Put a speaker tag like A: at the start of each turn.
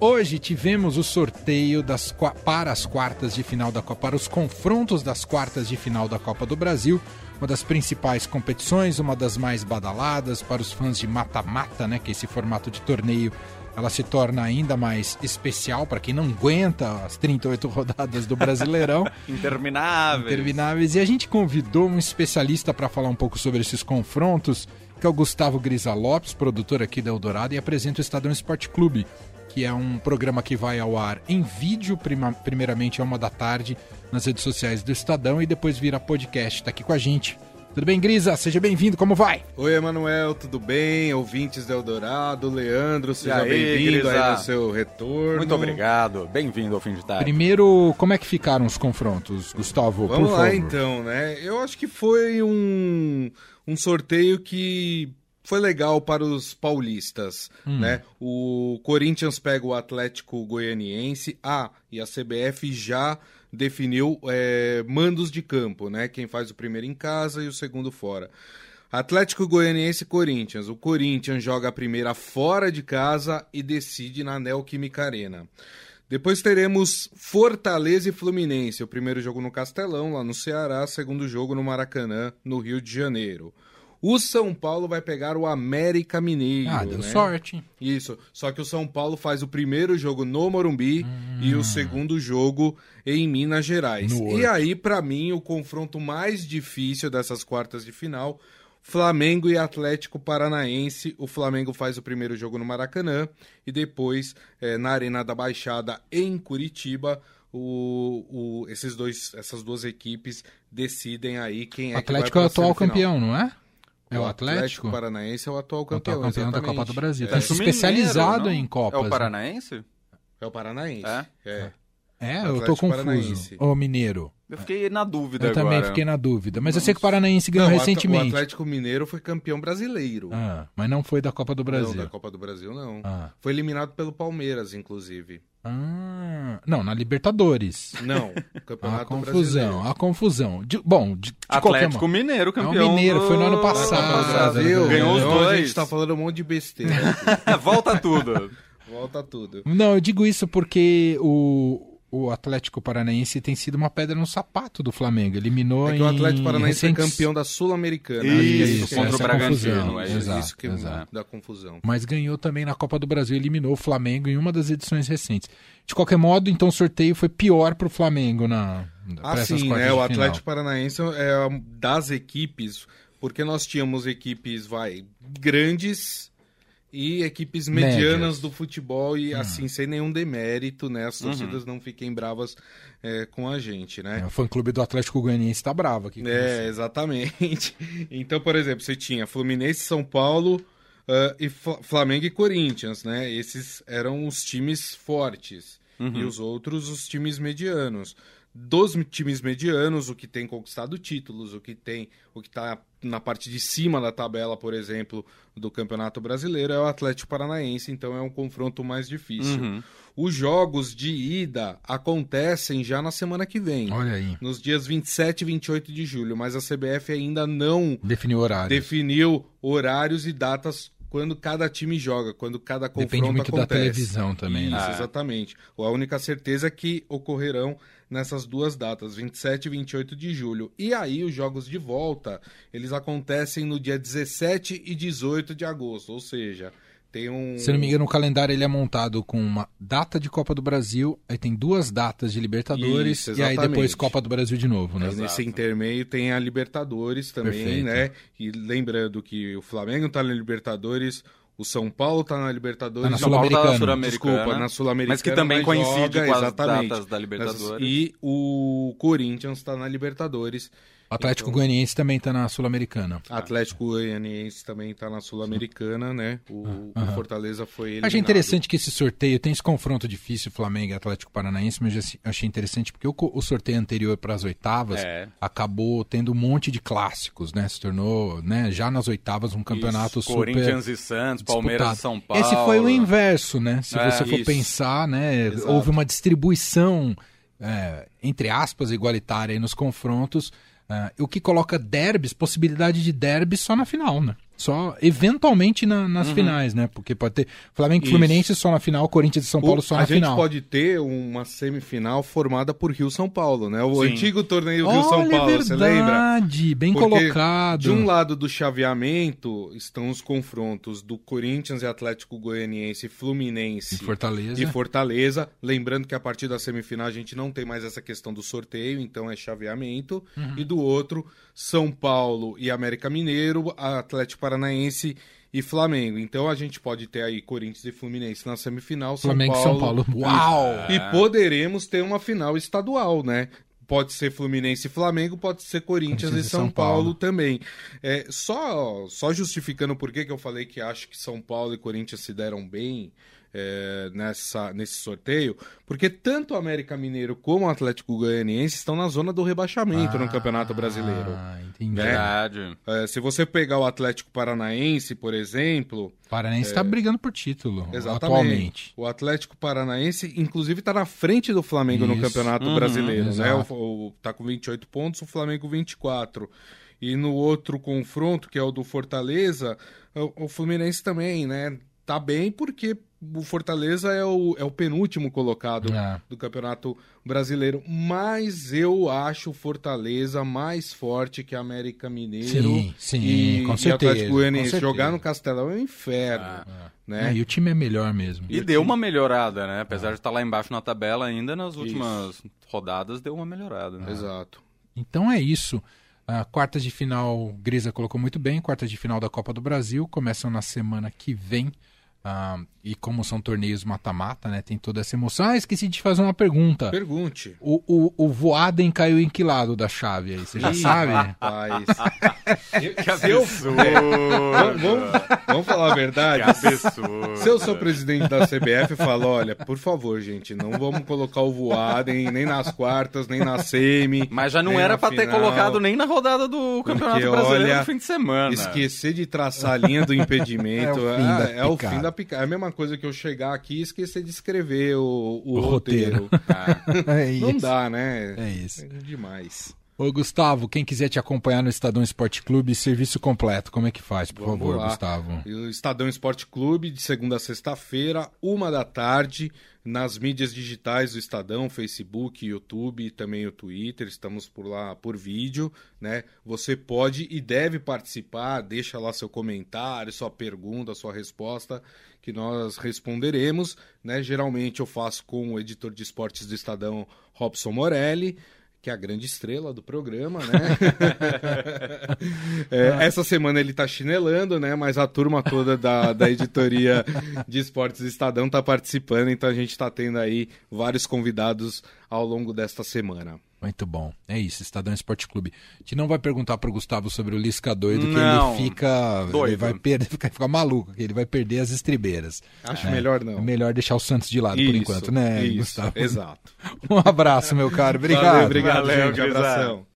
A: Hoje tivemos o sorteio das, para as quartas de final da Copa, para os confrontos das quartas de final da Copa do Brasil, uma das principais competições, uma das mais badaladas para os fãs de mata-mata, né? Que esse formato de torneio ela se torna ainda mais especial para quem não aguenta as 38 rodadas do Brasileirão.
B: Intermináveis.
A: Intermináveis. E a gente convidou um especialista para falar um pouco sobre esses confrontos, que é o Gustavo Grisa Lopes, produtor aqui da Eldorado e apresenta o Estadão Esporte Clube, que é um programa que vai ao ar em vídeo, prima, primeiramente a uma da tarde, nas redes sociais do Estadão e depois vira podcast. Está aqui com a gente. Tudo bem, Grisa? Seja bem-vindo, como vai?
C: Oi, Emanuel, tudo bem? Ouvintes do Eldorado, Leandro, seja bem-vindo aí no seu retorno.
B: Muito obrigado, bem-vindo ao fim de
C: Ah.
B: tarde.
A: Primeiro, como é que ficaram os confrontos, Gustavo?
C: Vamos lá então, né? Eu acho que foi um, um sorteio que foi legal para os paulistas, hum. né? O Corinthians pega o Atlético Goianiense, ah, e a CBF já definiu é, mandos de campo, né? Quem faz o primeiro em casa e o segundo fora. Atlético Goianiense e Corinthians. O Corinthians joga a primeira fora de casa e decide na Neoquímica Arena. Depois teremos Fortaleza e Fluminense. O primeiro jogo no Castelão, lá no Ceará. Segundo jogo no Maracanã, no Rio de Janeiro. O São Paulo vai pegar o América Mineiro.
A: Ah, deu né? sorte.
C: Isso. Só que o São Paulo faz o primeiro jogo no Morumbi hum. e o segundo jogo em Minas Gerais. No e aí, para mim, o confronto mais difícil dessas quartas de final. Flamengo e Atlético Paranaense. O Flamengo faz o primeiro jogo no Maracanã e depois é, na Arena da Baixada em Curitiba. O, o, esses dois, essas duas equipes decidem aí quem é
A: o Atlético que vai é o atual campeão, não é? É o Atlético?
C: O Atlético Paranaense é o atual campeão.
A: O atual campeão exatamente. da Copa do Brasil. Está é. especializado Mineiro, em Copas.
B: É o Paranaense? Né?
C: É o Paranaense.
A: É? É, é eu tô confuso. Paranaense. O Mineiro.
B: Eu fiquei na dúvida
A: eu
B: agora.
A: também fiquei na dúvida. Mas não, eu sei que o Paranaense ganhou não, recentemente.
C: O Atlético Mineiro foi campeão brasileiro.
A: Ah, mas não foi da Copa do Brasil.
C: Não, da Copa do Brasil não. Ah. Foi eliminado pelo Palmeiras, inclusive.
A: Ah, não, na Libertadores.
C: Não, campeonato é
A: a confusão, brasileiro. a confusão. De, bom, de, de
B: Atlético Mineiro, campeão.
A: É Mineiro, foi no ano passado.
C: Do Ah, Brasil, ganhou os dois. A gente tá falando um monte de besteira. É
B: Volta tudo.
C: Volta tudo.
A: Não, eu digo isso porque o, o Atlético Paranaense tem sido uma pedra no sapato do Flamengo. Eliminou
C: é que o Atlético Paranaense recentes... é campeão da Sul-Americana.
B: Isso, isso, contra o Bragantino.
C: É exato, isso que exato. dá confusão.
A: Mas ganhou também na Copa do Brasil, eliminou o Flamengo em uma das edições recentes. De qualquer modo, então o sorteio foi pior para o Flamengo na
C: ah, sim, né? O Atlético Paranaense é das equipes, porque nós tínhamos equipes, vai, grandes e equipes medianas Médias. do futebol e ah. assim sem nenhum demérito, né? As torcidas uhum. não fiquem bravas é, com a gente, né?
A: É, o fã-clube do Atlético Goianiense está bravo aqui.
C: É, exatamente. Então, por exemplo, você tinha Fluminense, São Paulo uh, e Flamengo e Corinthians, né? Esses eram os times fortes uhum. e os outros os times medianos. Dos times medianos, o que tem conquistado títulos, o que tem, o que está na parte de cima da tabela, por exemplo, do Campeonato Brasileiro é o Atlético Paranaense, então é um confronto mais difícil. Uhum. Os jogos de ida acontecem já na semana que vem.
A: Olha aí.
C: Nos dias 27 e 28 de julho, mas a CBF ainda não
A: definiu horários.
C: Definiu horários e datas quando cada time joga, quando cada confronto
A: Depende muito
C: acontece.
A: da televisão também.
C: Isso,
A: né?
C: exatamente. A única certeza é que ocorrerão nessas duas datas, 27 e 28 de julho. E aí os jogos de volta, eles acontecem no dia 17 e 18 de agosto, ou seja, tem um...
A: Se não me engano, o calendário ele é montado com uma data de Copa do Brasil, aí tem duas datas de Libertadores Isso, e aí depois Copa do Brasil de novo, né?
C: nesse intermeio tem a Libertadores também, Perfeito. né? E lembrando que o Flamengo está na Libertadores, o São Paulo está na Libertadores. Ah,
A: Tá na Sul-Americana.
C: Tá Desculpa, na Sul-Americana.
B: Mas que também mas coincide
C: joga,
B: com as exatamente. datas da Libertadores.
C: E o Corinthians está na Libertadores.
A: Atlético então, Goianiense também está na Sul-Americana.
C: Atlético Goianiense também está na Sul-Americana, né? O,
A: Ah.
C: uhum. o, Fortaleza foi eliminado.
A: Achei é interessante que esse sorteio tem esse confronto difícil Flamengo e Atlético Paranaense, mas achei interessante porque o, o sorteio anterior para as oitavas é. acabou tendo um monte de clássicos, né? Se tornou, né? Já nas oitavas um campeonato isso, super
B: Corinthians e Santos, Palmeiras e São Paulo.
A: Esse foi o inverso, né? Se é, você for isso. pensar, né? Exato. Houve uma distribuição é, entre aspas é, igualitária nos confrontos. Uh, o que coloca derbys, possibilidade de derby só na final, né? Só eventualmente na- nas finais, né? Porque pode ter Flamengo e
C: Uhum. Isso.
A: Fluminense só na final, Corinthians e São Paulo
C: O-
A: só
C: a
A: na
C: gente
A: final.
C: pode ter uma semifinal formada por Rio São Paulo, né? O
B: Sim.
C: antigo torneio
A: Olha,
C: Rio São
A: é
C: Paulo, você lembra?
A: verdade, bem
C: Porque
A: colocado.
C: De um lado do chaveamento estão os confrontos do Corinthians e Atlético Goianiense, Fluminense
A: E Fortaleza.
C: e Fortaleza. Lembrando que a partir da semifinal a gente não tem mais essa questão do sorteio, então é chaveamento.
A: Uhum.
C: E do outro, São Paulo e América Mineiro, Atlético Paranaense e Flamengo. Então a gente pode ter aí Corinthians e Fluminense na semifinal, São
A: Flamengo e
C: Paulo.
A: São Paulo. Uau!
C: E
B: Ah.
C: poderemos ter uma final estadual, né? Pode ser Fluminense e Flamengo, pode ser Corinthians e
A: Corinthians
C: São, Paulo. também. É, só, só justificando por que que eu falei que acho que São Paulo e Corinthians se deram bem é, nessa, nesse sorteio, porque tanto o América Mineiro como o Atlético Goianiense estão na zona do rebaixamento no Campeonato Brasileiro.
A: Ah, entendi.
B: Verdade.
C: É, se você pegar o Atlético Paranaense, por exemplo,
A: O Paranense está brigando por título
C: É. Exatamente.
A: atualmente.
C: O Atlético Paranaense, inclusive, está na frente do Flamengo no
A: Isso.
C: Campeonato
B: Uhum,
C: Brasileiro, né?
A: exato.
C: O, o, tá com 28 pontos, o Flamengo 24. E no outro confronto, que é o do Fortaleza, o, o Fluminense também, né? Tá bem porque o Fortaleza é o, é o penúltimo colocado
A: Ah,
C: do Campeonato Brasileiro. Mas eu acho o Fortaleza mais forte que a América Mineiro.
A: sim, sim,
C: E,
A: com
C: e
A: certeza.
C: Atlético
A: com
C: Goianiense
A: certeza.
C: jogar no Castelão é um inferno,
B: Ah.
A: É,
C: né?
A: e o time é melhor mesmo.
B: E deu uma melhorada, né?
C: Ah.
B: Apesar de estar lá embaixo na tabela, ainda nas últimas rodadas deu uma melhorada,
A: é.
B: né?
C: Exato.
A: Então é isso. Ah, quartas de final, Grisa colocou muito bem. Quartas de final da Copa do Brasil começam na semana que vem. Ah, e como são torneios mata-mata, né? Tem toda essa emoção. Ah, esqueci de fazer uma pergunta.
C: Pergunte.
A: O, o, o Voaden caiu em que lado da chave aí? Você já sabe? né?
C: Rapaz.
B: Que absurdo!
C: Vamos falar a verdade? Se eu sou presidente da CBF, eu falo, olha, por favor, gente, não vamos colocar o Voaden nem nas quartas, nem na semi.
B: Mas já não
C: nem
B: era
C: na
B: pra ter
C: final.
B: colocado nem na rodada do Campeonato
C: Porque,
B: Brasileiro
C: olha,
B: no fim de semana.
C: Esquecer de traçar a linha do impedimento
A: É o fim da
C: é, é o
A: picada.
C: fim da picada. É a mesma coisa que eu chegar aqui e esquecer de escrever o, o
A: O roteiro.
C: roteiro.
B: Ah,
A: É
C: Não dá, né?
A: É isso.
C: É demais.
A: Ô, Gustavo, quem quiser te acompanhar no Estadão Esporte Clube, serviço completo, como é que faz, por
C: Vamos
A: favor,
C: lá.
A: Gustavo?
C: E O Estadão Esporte Clube, de segunda a sexta-feira, uma da tarde, nas mídias digitais do Estadão, Facebook, YouTube e também o Twitter, estamos por lá por vídeo, né? Você pode e deve participar, deixa lá seu comentário, sua pergunta, sua resposta, que nós responderemos, né? Geralmente eu faço com o editor de esportes do Estadão, Robson Morelli, que é a grande estrela do programa, né? É, essa semana ele tá chinelando, né? Mas a turma toda da, da editoria de esportes do Estadão tá participando, então a gente tá tendo aí vários convidados ao longo desta semana.
A: Muito bom. É isso, Estadão Esporte Clube. A gente não vai perguntar pro Gustavo sobre o Lisca doido, que
B: Não.
A: ele fica. Ele
B: Doido.
A: vai perder, fica, fica maluco, que ele vai perder as estribeiras.
C: Acho melhor não.
A: É melhor deixar o Santos de lado por
C: Isso,
A: enquanto, né,
C: isso,
A: Gustavo?
C: Exato.
A: Um abraço, meu caro. Obrigado.
C: Valeu, obrigado,
B: Valeu,
C: gente.
B: gurizada.
C: Abração.